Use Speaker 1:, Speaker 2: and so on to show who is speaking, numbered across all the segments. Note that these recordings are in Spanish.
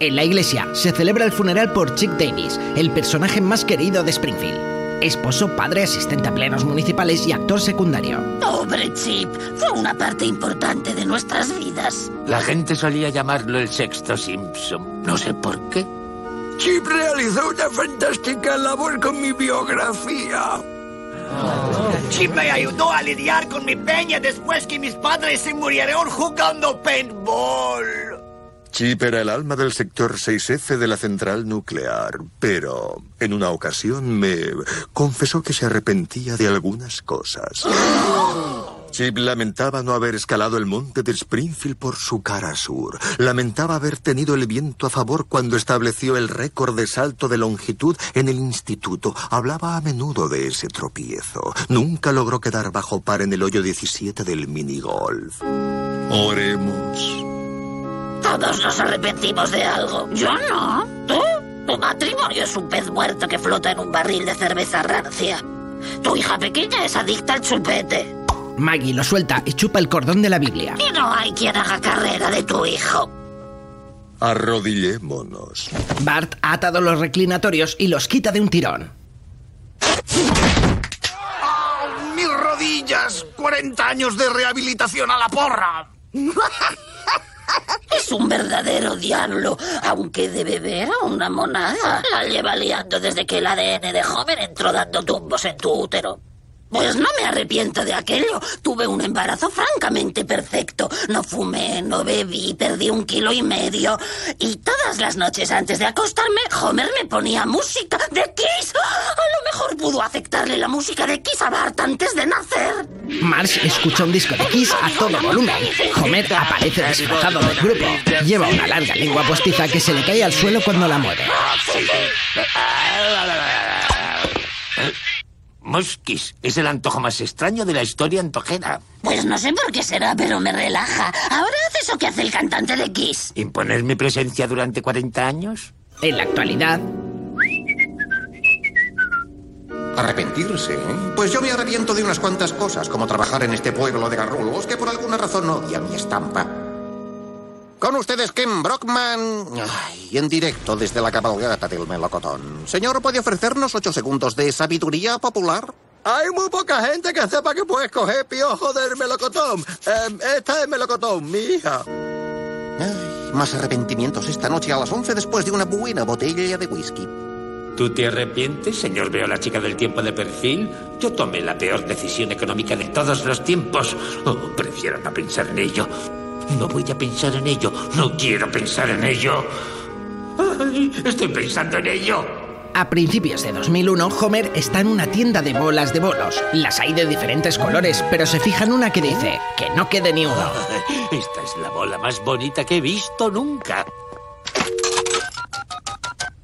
Speaker 1: En la iglesia se celebra el funeral por Chick Davis, el personaje más querido de Springfield. Esposo, padre, asistente a plenos municipales y actor secundario.
Speaker 2: Pobre Chip, fue una parte importante de nuestras vidas.
Speaker 3: La gente solía llamarlo el sexto Simpson. No sé por qué.
Speaker 4: Chip realizó una fantástica labor con mi biografía.
Speaker 5: Chip me ayudó a lidiar con mi peña después que mis padres se murieron jugando paintball.
Speaker 6: Chip era el alma del sector 6F de la central nuclear, pero en una ocasión me confesó que se arrepentía de algunas cosas.
Speaker 2: ¡Oh!
Speaker 6: Chip lamentaba no haber escalado el monte de Springfield por su cara sur. Lamentaba haber tenido el viento a favor cuando estableció el récord de salto de longitud en el instituto. Hablaba a menudo de ese tropiezo. Nunca logró quedar bajo par en el hoyo 17 del minigolf. Oremos.
Speaker 2: Todos nos arrepentimos de algo. Yo no. ¿Tú? Tu matrimonio es un pez muerto que flota en un barril de cerveza rancia. Tu hija pequeña es adicta al chupete.
Speaker 1: Maggie lo suelta y chupa el cordón de la Biblia.
Speaker 2: Y no hay quien haga carrera de tu hijo.
Speaker 6: Arrodillémonos.
Speaker 1: Bart ha atado los reclinatorios y los quita de un tirón.
Speaker 4: ¡Mis rodillas! ¡40 años de rehabilitación a la porra!
Speaker 2: Es un verdadero diablo, aunque de bebé era una monada. La lleva liando Ah, desde que el ADN de joven entró dando tumbos en tu útero. Pues no me arrepiento de aquello. Tuve un embarazo francamente perfecto. No fumé, no bebí, perdí un kilo y medio. Y todas las noches antes de acostarme, Homer me ponía música de Kiss. A lo mejor pudo afectarle la música de Kiss a Bart antes de nacer.
Speaker 1: Marsh escucha un disco de Kiss a todo volumen. Homer aparece desplazado del grupo. Lleva una larga lengua postiza que se le cae al suelo cuando la mueve.
Speaker 3: Mosquis es el antojo más extraño de la historia antojera.
Speaker 2: Pues no sé por qué será, pero me relaja. Ahora hace eso que hace el cantante de Kiss.
Speaker 3: ¿Imponer mi presencia durante 40 años?
Speaker 1: En la actualidad,
Speaker 7: Arrepentirse, ¿eh? Pues yo me arrepiento de unas cuantas cosas, como trabajar en este pueblo de garrulos que por alguna razón odia mi estampa. Con ustedes, Ken Brockman. Ay, en directo desde la cabalgata del melocotón. Señor, ¿puede ofrecernos ocho segundos de sabiduría popular?
Speaker 4: Hay muy poca gente que sepa que puedes coger piojo del melocotón. Eh, esta es melocotón, mi hija.
Speaker 7: Ay, más arrepentimientos esta noche a las once después de una buena botella de whisky.
Speaker 3: ¿Tú te arrepientes, señor Veo la chica del tiempo de perfil? Yo tomé la peor decisión económica de todos los tiempos. Oh, prefiero no pensar en ello. No voy a pensar en ello. No quiero pensar en ello. Ay, estoy pensando en ello.
Speaker 1: a principios de 2001, Homer está en una tienda de bolas de bolos. Las hay de diferentes colores, pero se fija en una que dice, que no quede ni uno.
Speaker 3: Esta es la bola más bonita que he visto nunca.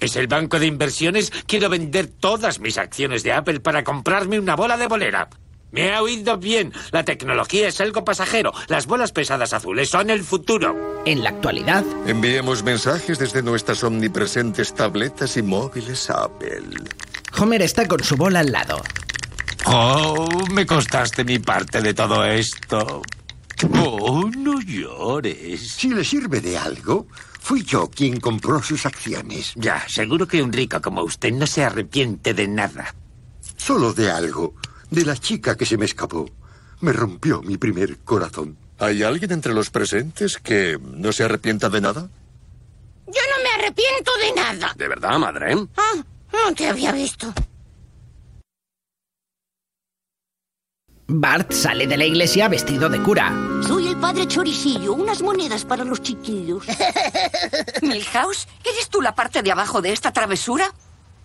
Speaker 3: Es el banco de inversiones. Quiero vender todas mis acciones de Apple para comprarme una bola de bolera. Me ha oído bien. La tecnología es algo pasajero. Las bolas pesadas azules son el futuro.
Speaker 1: En la actualidad,
Speaker 6: Enviemos mensajes desde nuestras omnipresentes tabletas y móviles Apple.
Speaker 1: Homer está con su bola al lado.
Speaker 3: Oh, me costaste mi parte de todo esto. Oh, no llores.
Speaker 4: Si le sirve de algo, fui yo quien compró sus acciones.
Speaker 3: Ya, seguro que un rico como usted no se arrepiente de nada.
Speaker 4: Solo de algo. De la chica que se me escapó. Me rompió mi primer corazón.
Speaker 6: ¿Hay alguien entre los presentes que no se arrepienta de nada?
Speaker 2: Yo no me arrepiento de nada.
Speaker 7: ¿De verdad, madre?
Speaker 2: Ah, no te había visto.
Speaker 1: Bart sale de la iglesia vestido de cura.
Speaker 8: Soy el padre Choricillo. Unas monedas para los chiquillos.
Speaker 9: Milhouse, ¿eres tú la parte de abajo de esta travesura?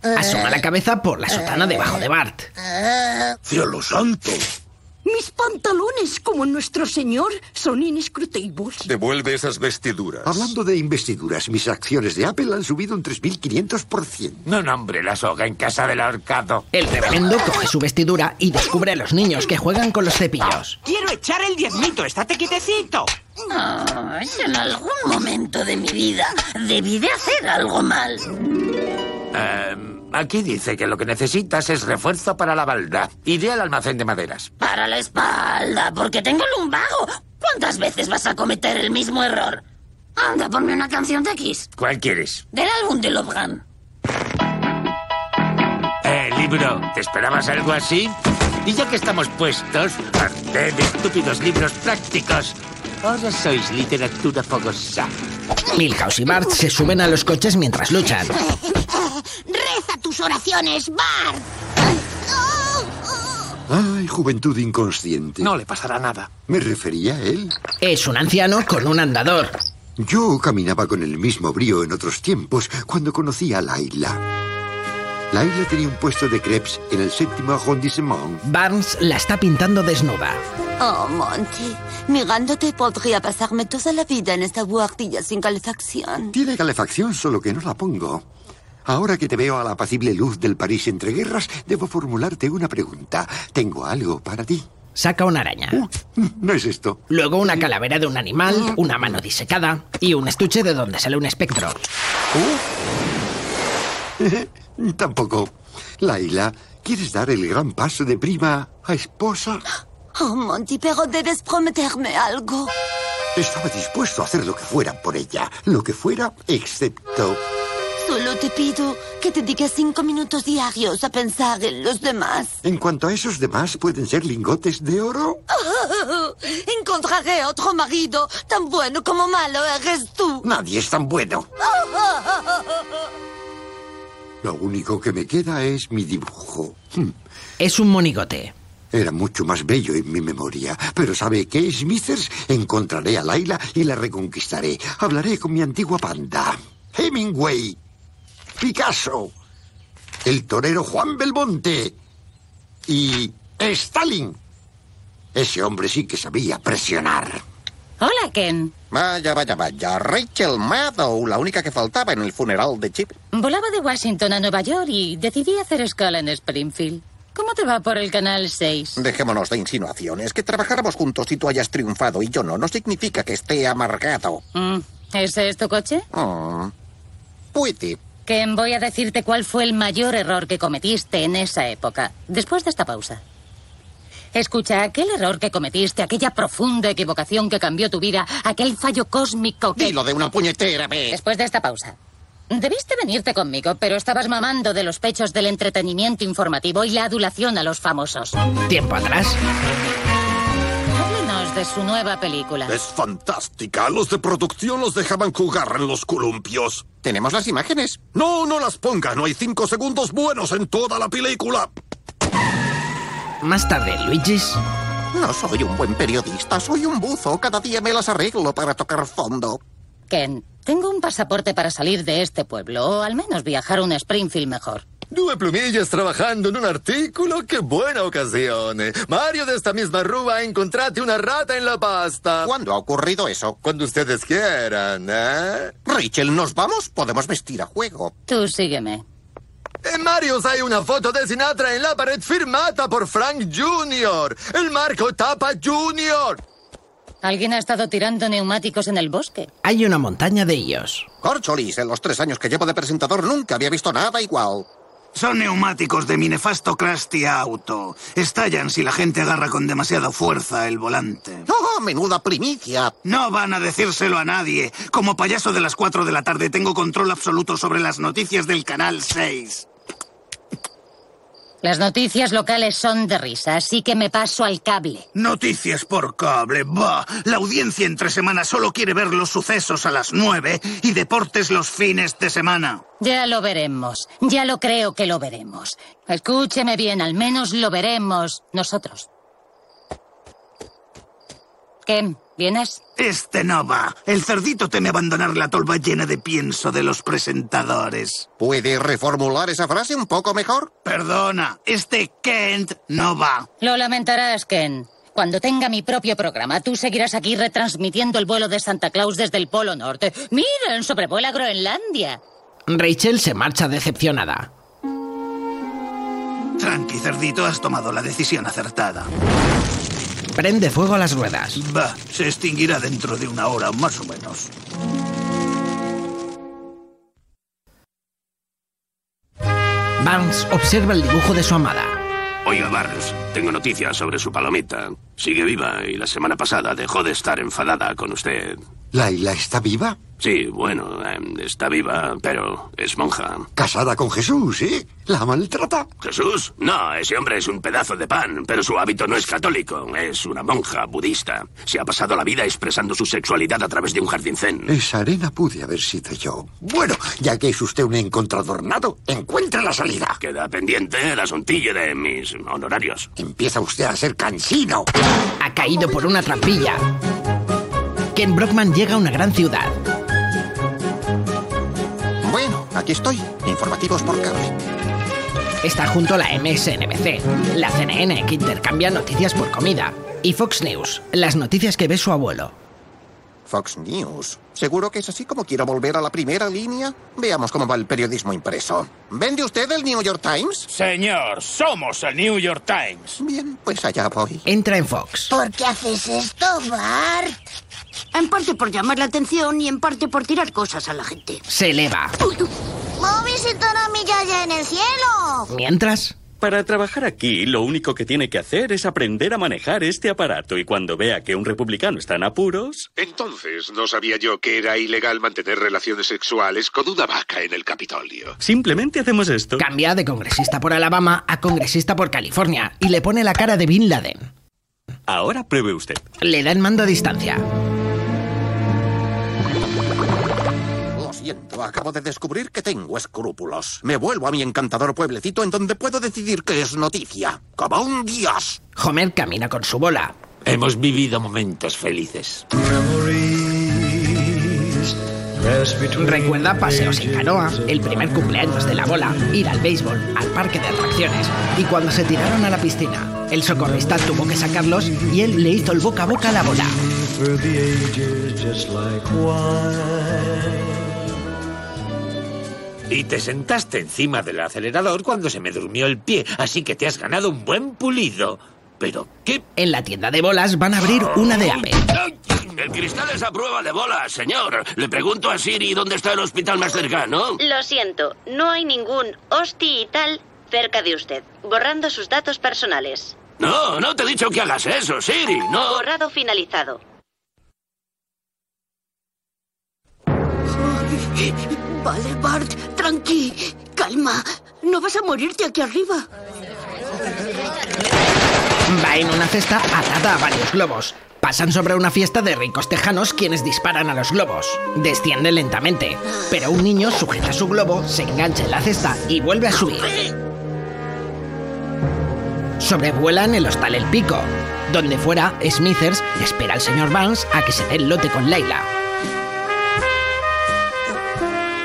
Speaker 1: Asoma la cabeza por la sotana debajo de Bart.
Speaker 4: ¡Cielo santo!
Speaker 8: Mis pantalones, como nuestro señor, son inescrutables.
Speaker 6: Devuelve esas vestiduras.
Speaker 4: Hablando de investiduras, mis acciones de Apple han subido un 3.500%.
Speaker 3: No nombre la soga en casa del ahorcado.
Speaker 1: El reverendo coge su vestidura y descubre a los niños que juegan con los cepillos.
Speaker 5: Quiero echar el diezmito, estate quietecito.
Speaker 2: Ay, Ah, en algún momento de mi vida debí de hacer algo mal.
Speaker 3: Em, aquí dice que lo que necesitas es refuerzo para la balda. Iré al almacén de maderas.
Speaker 2: Para la espalda, porque tengo lumbago. ¿Cuántas veces vas a cometer el mismo error? Anda, ponme una canción de Kiss.
Speaker 3: ¿Cuál quieres?
Speaker 2: Del álbum de Love Gun.
Speaker 3: Eh, libro, ¿te esperabas algo así? Y ya que estamos puestos, harté de estúpidos libros prácticos. Ahora sois literatura fogosa.
Speaker 1: Milhouse y Bart se suben a los coches mientras luchan.
Speaker 10: Reza tus oraciones, Bart.
Speaker 11: Ay, juventud inconsciente.
Speaker 3: No le pasará nada.
Speaker 11: Me refería a él.
Speaker 1: Es un anciano con un andador.
Speaker 11: Yo caminaba con el mismo brío en otros tiempos cuando conocí a Laila. Laila tenía un puesto de crepes en el séptimo arrondissement.
Speaker 1: Barnes la está pintando desnuda.
Speaker 12: Oh, Monty, mirándote podría pasarme toda la vida en esta guardilla sin calefacción.
Speaker 11: Tiene calefacción, solo que no la pongo. Ahora que te veo a la apacible luz del París entre guerras, debo formularte una pregunta. Tengo algo para ti.
Speaker 1: Saca una araña.
Speaker 11: No es esto. Mm.
Speaker 1: Luego una calavera de un animal, una mano disecada y un estuche de donde sale un espectro.
Speaker 11: Uh. Tampoco. Laila, ¿quieres dar el gran paso de prima a esposa?
Speaker 12: Oh, Monty, pero debes prometerme algo.
Speaker 11: Estaba dispuesto a hacer lo que fuera por ella. Lo que fuera, excepto...
Speaker 12: Solo te pido que te dediques cinco minutos diarios a pensar en los demás.
Speaker 11: En cuanto a esos demás, ¿pueden ser lingotes de oro?
Speaker 12: Oh, encontraré otro marido tan bueno como malo eres tú.
Speaker 7: Nadie es tan bueno.
Speaker 11: Lo único que me queda es mi dibujo. Hm,
Speaker 1: Es un monigote.
Speaker 11: Era mucho más bello en mi memoria. Pero ¿sabe qué, Smithers? Encontraré a Laila y la reconquistaré. Hablaré con mi antigua banda. Hemingway. Picasso. El torero Juan Belmonte. Y Stalin. Ese hombre sí que sabía presionar.
Speaker 13: Hola, Ken.
Speaker 7: Vaya, vaya, vaya. Rachel Maddow, la única que faltaba en el funeral de Chip.
Speaker 13: Volaba de Washington a Nueva York y decidí hacer escala en Springfield. ¿Cómo te va por el Canal 6?
Speaker 7: Dejémonos de insinuaciones. Que trabajáramos juntos y tú hayas triunfado y yo no, no significa que esté amargado.
Speaker 13: Mm, ¿Ese es tu coche?
Speaker 7: Oh. Puede.
Speaker 13: Ken, voy a decirte cuál fue el mayor error que cometiste en esa época, después de esta pausa. Escucha, aquel error que cometiste, aquella profunda equivocación que cambió tu vida, aquel fallo cósmico que...
Speaker 7: Dilo de una puñetera vez.
Speaker 13: Después de esta pausa. Debiste venirte conmigo, pero estabas mamando de los pechos del entretenimiento informativo y la adulación a los famosos.
Speaker 1: Tiempo atrás.
Speaker 13: Háblenos de su nueva película.
Speaker 14: Es fantástica. Los de producción los dejaban jugar en los columpios.
Speaker 7: ¿Tenemos las imágenes?
Speaker 14: No, no las ponga. No hay cinco segundos buenos en toda la película.
Speaker 1: Más tarde, Luigi's.
Speaker 7: No soy un buen periodista, soy un buzo. Cada día me las arreglo para tocar fondo.
Speaker 13: Ken, tengo un pasaporte para salir de este pueblo, o al menos viajar a un Springfield mejor.
Speaker 15: Due Plumillas trabajando en un artículo, qué buena ocasión. Mario de esta misma rúa, encontrate una rata en la pasta.
Speaker 7: ¿Cuándo ha ocurrido eso?
Speaker 15: Cuando ustedes quieran, ¿eh?
Speaker 7: Rachel, ¿nos vamos? Podemos vestir a juego.
Speaker 13: Tú sígueme.
Speaker 15: En Marius hay una foto de Sinatra en la pared firmada por Frank Jr. El marco tapa Jr.
Speaker 13: ¿Alguien ha estado tirando neumáticos en el bosque?
Speaker 1: Hay una montaña de ellos.
Speaker 7: Corcholis, en los tres años que llevo de presentador nunca había visto nada igual.
Speaker 5: Son neumáticos de mi nefasto Crastia Auto. Estallan si la gente agarra con demasiada fuerza el volante.
Speaker 7: ¡Oh, menuda primicia!
Speaker 5: No van a decírselo a nadie. Como payaso de las 4 de la tarde tengo control absoluto sobre las noticias del Canal 6.
Speaker 13: Las noticias locales son de risa, así que me paso al cable.
Speaker 5: Noticias por cable, va. La audiencia entre semana solo quiere ver los sucesos a las 9 y deportes los fines de semana.
Speaker 13: Ya lo veremos. Ya lo creo que lo veremos. Escúcheme bien, al menos lo veremos nosotros. Ken, ¿vienes?
Speaker 5: Este no va. El cerdito teme abandonar la tolva llena de pienso de los presentadores.
Speaker 7: ¿Puede reformular esa frase un poco mejor?
Speaker 5: Perdona, este Kent no va.
Speaker 13: Lo lamentarás, Ken. Cuando tenga mi propio programa, tú seguirás aquí retransmitiendo el vuelo de Santa Claus desde el Polo Norte. Miren, sobrevuela Groenlandia.
Speaker 1: Rachel se marcha decepcionada.
Speaker 5: Tranqui, cerdito, has tomado la decisión acertada.
Speaker 1: Prende fuego a las ruedas.
Speaker 5: Va, se extinguirá dentro de una hora, más o menos.
Speaker 1: Barnes observa el dibujo de su amada.
Speaker 16: Oiga, Barnes, tengo noticias sobre su palomita.
Speaker 3: Sigue viva y la semana pasada dejó de estar enfadada con usted.
Speaker 11: ¿Laila está viva?
Speaker 3: Sí, bueno, em, está viva, pero es monja.
Speaker 11: Casada con Jesús, ¿eh? La maltrata.
Speaker 3: ¿Jesús? No, ese hombre es un pedazo de pan, pero su hábito no es católico. Es una monja budista. Se ha pasado la vida expresando su sexualidad a través de un jardín zen.
Speaker 11: Esa arena pude haber sido yo. Bueno, ya que es usted un encontradornado, encuentra la salida.
Speaker 3: Queda pendiente el asuntillo de mis honorarios.
Speaker 11: Empieza usted a ser cansino.
Speaker 1: Ha caído por una trampilla. Ken Brockman llega a una gran ciudad.
Speaker 7: Bueno, aquí estoy. Informativos por cable.
Speaker 1: Está junto a la MSNBC, la CNN que intercambia noticias por comida y Fox News, las noticias que ve su abuelo.
Speaker 7: Fox News. ¿Seguro que es así como quiero volver a la primera línea? Veamos cómo va el periodismo impreso. ¿Vende usted el New York Times?
Speaker 17: Señor, somos el New York Times.
Speaker 7: Bien, pues allá voy.
Speaker 1: Entra en Fox.
Speaker 12: ¿Por qué haces esto, Bart?
Speaker 2: En parte por llamar la atención y en parte por tirar cosas a la gente.
Speaker 1: Se eleva.
Speaker 12: ¡Voy a visitar a mi yaya en el cielo!
Speaker 1: Mientras,
Speaker 18: Para trabajar aquí, lo único que tiene que hacer es aprender a manejar este aparato y cuando vea que un republicano está en apuros...
Speaker 19: Entonces, no sabía yo que era ilegal mantener relaciones sexuales con una vaca en el Capitolio.
Speaker 18: Simplemente hacemos esto.
Speaker 1: Cambia de congresista por Alabama a congresista por California y le pone la cara de Bin Laden.
Speaker 18: Ahora pruebe usted.
Speaker 1: Le da el mando a distancia.
Speaker 7: Lo siento, acabo de descubrir que tengo escrúpulos. Me vuelvo a mi encantador pueblecito en donde puedo decidir qué es noticia. Como un dios.
Speaker 1: Homer camina con su bola.
Speaker 20: Hemos vivido momentos felices.
Speaker 1: Recuerda paseos en canoa, el primer cumpleaños de la bola, ir al béisbol, al parque de atracciones y cuando se tiraron a la piscina. El socorrista tuvo que sacarlos y él le hizo el boca a boca a la bola.
Speaker 13: Through the ages, just like wine.
Speaker 20: Y te sentaste encima del acelerador cuando se me durmió el pie, así que te has ganado un buen pulido. Pero qué...
Speaker 1: En la tienda de bolas van a abrir una de ave.
Speaker 3: El cristal es a prueba de bolas, señor. Le pregunto a Siri dónde está el hospital más cercano.
Speaker 21: Lo siento, no hay ningún hosti y tal cerca de usted, borrando sus datos personales.
Speaker 3: No, no te he dicho que hagas eso, Siri. No.
Speaker 21: Borrado finalizado.
Speaker 2: Vale, Bart, tranqui, calma. No vas a morirte aquí arriba.
Speaker 1: Va en una cesta atada a varios globos. Pasan sobre una fiesta de ricos tejanos quienes disparan a los globos. Desciende lentamente, pero un niño sujeta su globo, se engancha en la cesta y vuelve a subir. Sobrevuelan el hostal El Pico, donde fuera Smithers espera al señor Vance a que se dé el lote con Laila.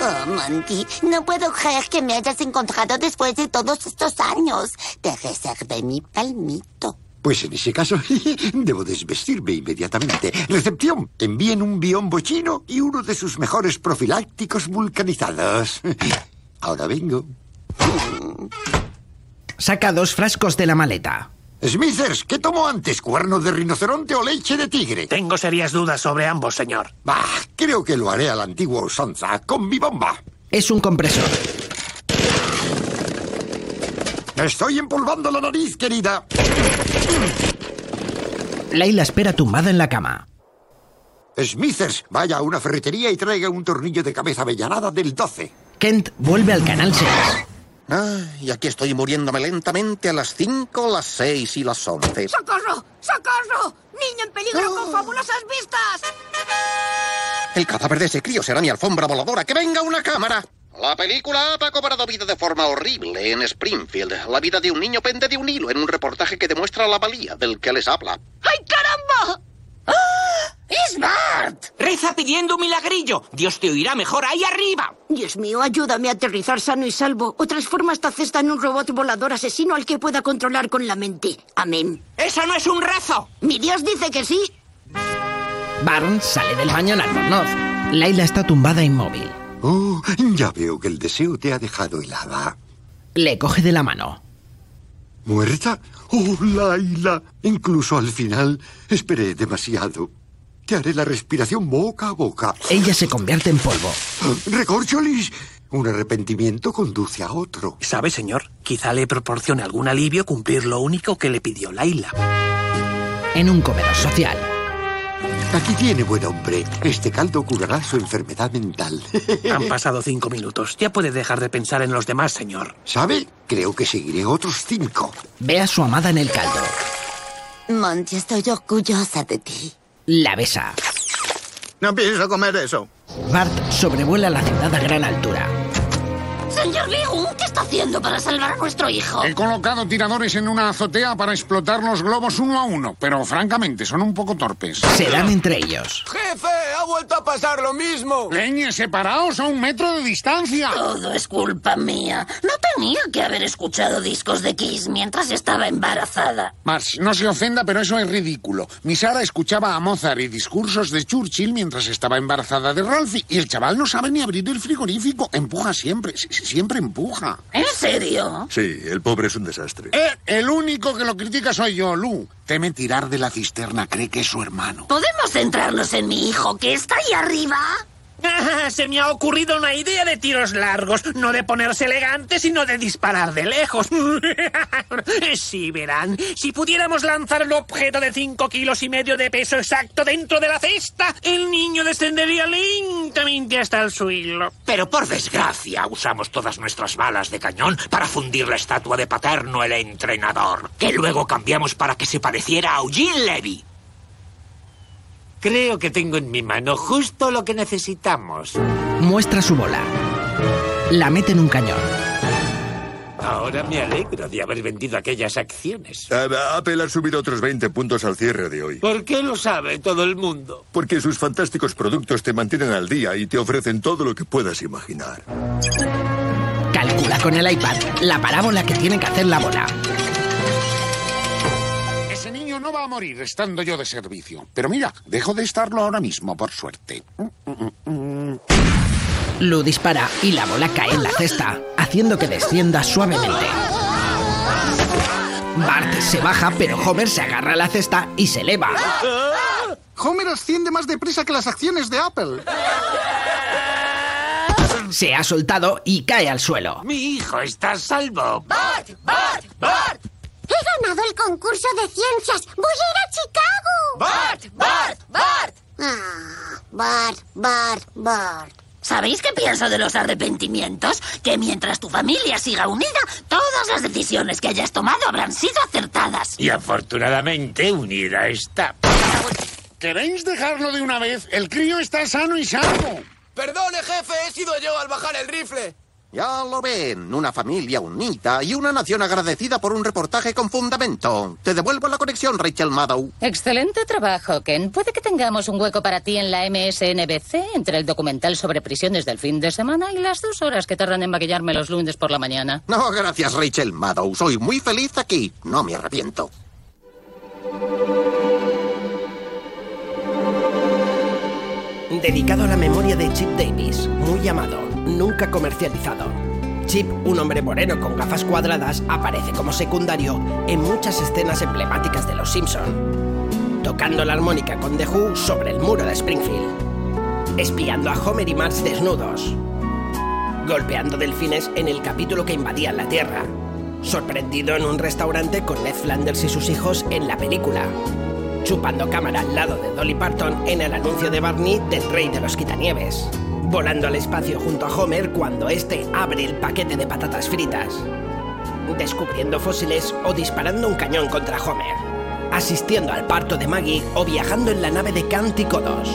Speaker 22: Oh, Monty, no puedo creer que me hayas encontrado después de todos estos años. Te reservé mi palmito.
Speaker 11: Pues en ese caso, debo desvestirme inmediatamente. Recepción, envíen un biombo chino y uno de sus mejores profilácticos vulcanizados. Ahora vengo.
Speaker 1: Saca dos frascos de la maleta.
Speaker 11: Smithers, ¿qué tomo antes, cuerno de rinoceronte o leche de tigre?
Speaker 20: Tengo serias dudas sobre ambos, señor.
Speaker 11: Bah, creo que lo haré a la antigua usanza, con mi bomba.
Speaker 1: Es un compresor.
Speaker 11: Me estoy empolvando la nariz, querida.
Speaker 1: Laila espera tumbada en la cama.
Speaker 11: Smithers, vaya a una ferretería y traiga un tornillo de cabeza avellanada del 12.
Speaker 1: Kent vuelve al canal 6.
Speaker 7: Ah, y aquí estoy muriéndome lentamente a las 5, las 6 y las 11.
Speaker 2: ¡Socorro! ¡Socorro! ¡Niño en peligro con fabulosas vistas!
Speaker 7: El cadáver de ese crío será mi alfombra voladora. ¡Que venga una cámara! La película ha cobrado vida de forma horrible en Springfield. La vida de un niño pende de un hilo en un reportaje que demuestra la valía del que les habla.
Speaker 23: ¡Ay, caramba! ¡Ah! ¡Es Bart!
Speaker 24: Reza pidiendo un milagrillo. Dios te oirá mejor ahí arriba.
Speaker 2: Dios mío, ayúdame a aterrizar sano y salvo o transforma esta cesta en un robot volador asesino al que pueda controlar con la mente. Amén.
Speaker 24: ¡Eso no es un rezo!
Speaker 2: Mi Dios dice que sí.
Speaker 1: Barnes sale del baño en Albornoz. Laila está tumbada inmóvil.
Speaker 11: Oh, ya veo que el deseo te ha dejado helada.
Speaker 1: Le coge de la mano.
Speaker 11: ¿Muerta? Oh, Laila. Incluso al final esperé demasiado. Te haré la respiración boca a boca.
Speaker 1: Ella se convierte en polvo.
Speaker 11: ¡Recorcholis! Un arrepentimiento conduce a otro.
Speaker 24: ¿Sabe, señor? Quizá le proporcione algún alivio cumplir lo único que le pidió Laila.
Speaker 1: en un comedor social.
Speaker 11: Aquí tiene, buen hombre. Este caldo curará su enfermedad mental.
Speaker 9: Han pasado cinco minutos. Ya puede dejar de pensar en los demás, señor.
Speaker 11: ¿Sabe? Creo que seguiré otros cinco.
Speaker 1: Ve a su amada en el caldo.
Speaker 12: Monty, estoy orgullosa de ti.
Speaker 1: La besa.
Speaker 4: No pienso comer eso.
Speaker 1: Bart sobrevuela la ciudad a gran altura.
Speaker 2: Señor Bigu, ¿qué está haciendo para salvar a nuestro hijo?
Speaker 19: He colocado tiradores en una azotea para explotar los globos uno a uno, pero francamente son un poco torpes.
Speaker 1: Se dan entre ellos.
Speaker 25: ¡Jefe! ¡Ha vuelto a pasar lo mismo!
Speaker 19: ¡Leñe, separaos a un metro de distancia!
Speaker 2: Todo es culpa mía. No tenía que haber escuchado discos de Kiss mientras estaba embarazada.
Speaker 19: Marsh, no se ofenda, pero eso es ridículo. Mi Sara escuchaba a Mozart y discursos de Churchill mientras estaba embarazada de Ralphie y el chaval no sabe ni abrir el frigorífico. Empuja siempre, si- si- siempre empuja.
Speaker 2: ¿En serio?
Speaker 6: Sí, el pobre es un desastre.
Speaker 19: Eh, el único que lo critica soy yo, Lu. Teme tirar de la cisterna, cree que es su hermano.
Speaker 2: ¿Podemos centrarnos en mi hijo que está ahí arriba?
Speaker 25: Se me ha ocurrido una idea de tiros largos, no de ponerse elegante, sino de disparar de lejos. sí, verán, si pudiéramos lanzar el objeto de 5 kilos y medio de peso exacto dentro de la cesta, el niño descendería lentamente hasta el suelo.
Speaker 3: Pero por desgracia usamos todas nuestras balas de cañón para fundir la estatua de Paterno el entrenador, que luego cambiamos para que se pareciera a Eugene Levy. Creo que tengo en mi mano justo lo que necesitamos.
Speaker 1: Muestra su bola. La mete en un cañón.
Speaker 3: Ahora me alegro de haber vendido aquellas acciones.
Speaker 6: A- Apple ha subido otros 20 puntos al cierre de hoy.
Speaker 3: ¿Por qué lo sabe todo el mundo?
Speaker 6: Porque sus fantásticos productos te mantienen al día y te ofrecen todo lo que puedas imaginar.
Speaker 1: Calcula con el iPad la parábola que tiene que hacer la bola.
Speaker 19: Ese niño no va a morir estando yo de servicio. Pero mira, dejo de estarlo ahora mismo, por suerte.
Speaker 1: Lu dispara y la bola cae en la cesta, haciendo que descienda suavemente. Bart se baja, pero Homer se agarra a la cesta y se eleva.
Speaker 4: Ah. Homer asciende más deprisa que las acciones de Apple.
Speaker 1: Se ha soltado y cae al suelo.
Speaker 3: Mi hijo está a salvo.
Speaker 10: ¡Bart! ¡Bart! ¡Bart! He ganado el concurso de ciencias. Voy a ir a Chicago. Ah,
Speaker 12: ¡Bart! ¡Bart! ¡Bart! Bart, Bart, Bart.
Speaker 2: ¿Sabéis qué pienso de los arrepentimientos? Que mientras tu familia siga unida, todas las decisiones que hayas tomado habrán sido acertadas.
Speaker 3: Y afortunadamente unida está.
Speaker 19: ¿Queréis dejarlo de una vez? El crío está sano y salvo.
Speaker 25: Perdone, jefe, he sido yo al bajar el rifle.
Speaker 7: Ya lo ven, una familia unida y una nación agradecida por un reportaje con fundamento. Te devuelvo la conexión, Rachel Maddow.
Speaker 13: Excelente trabajo, Ken. Puede que tengamos un hueco para ti en la MSNBC entre el documental sobre prisiones del fin de semana y las dos horas que tardan en maquillarme los lunes por la mañana.
Speaker 7: No, gracias, Rachel Maddow. Soy muy feliz aquí. No me arrepiento.
Speaker 26: Dedicado a la memoria de Chip Davis, muy amado, nunca comercializado. Chip, un hombre moreno con gafas cuadradas, aparece como secundario en muchas escenas emblemáticas de Los Simpson, tocando la armónica con The Who sobre el muro de Springfield, espiando a Homer y Marge desnudos, golpeando delfines en el capítulo que invadía la Tierra, sorprendido en un restaurante con Ned Flanders y sus hijos en la película, chupando cámara al lado de Dolly Parton en el anuncio de Barney del Rey de los Quitanieves, volando al espacio junto a Homer cuando este abre el paquete de patatas fritas, descubriendo fósiles o disparando un cañón contra Homer, asistiendo al parto de Maggie o viajando en la nave de Cántico 2.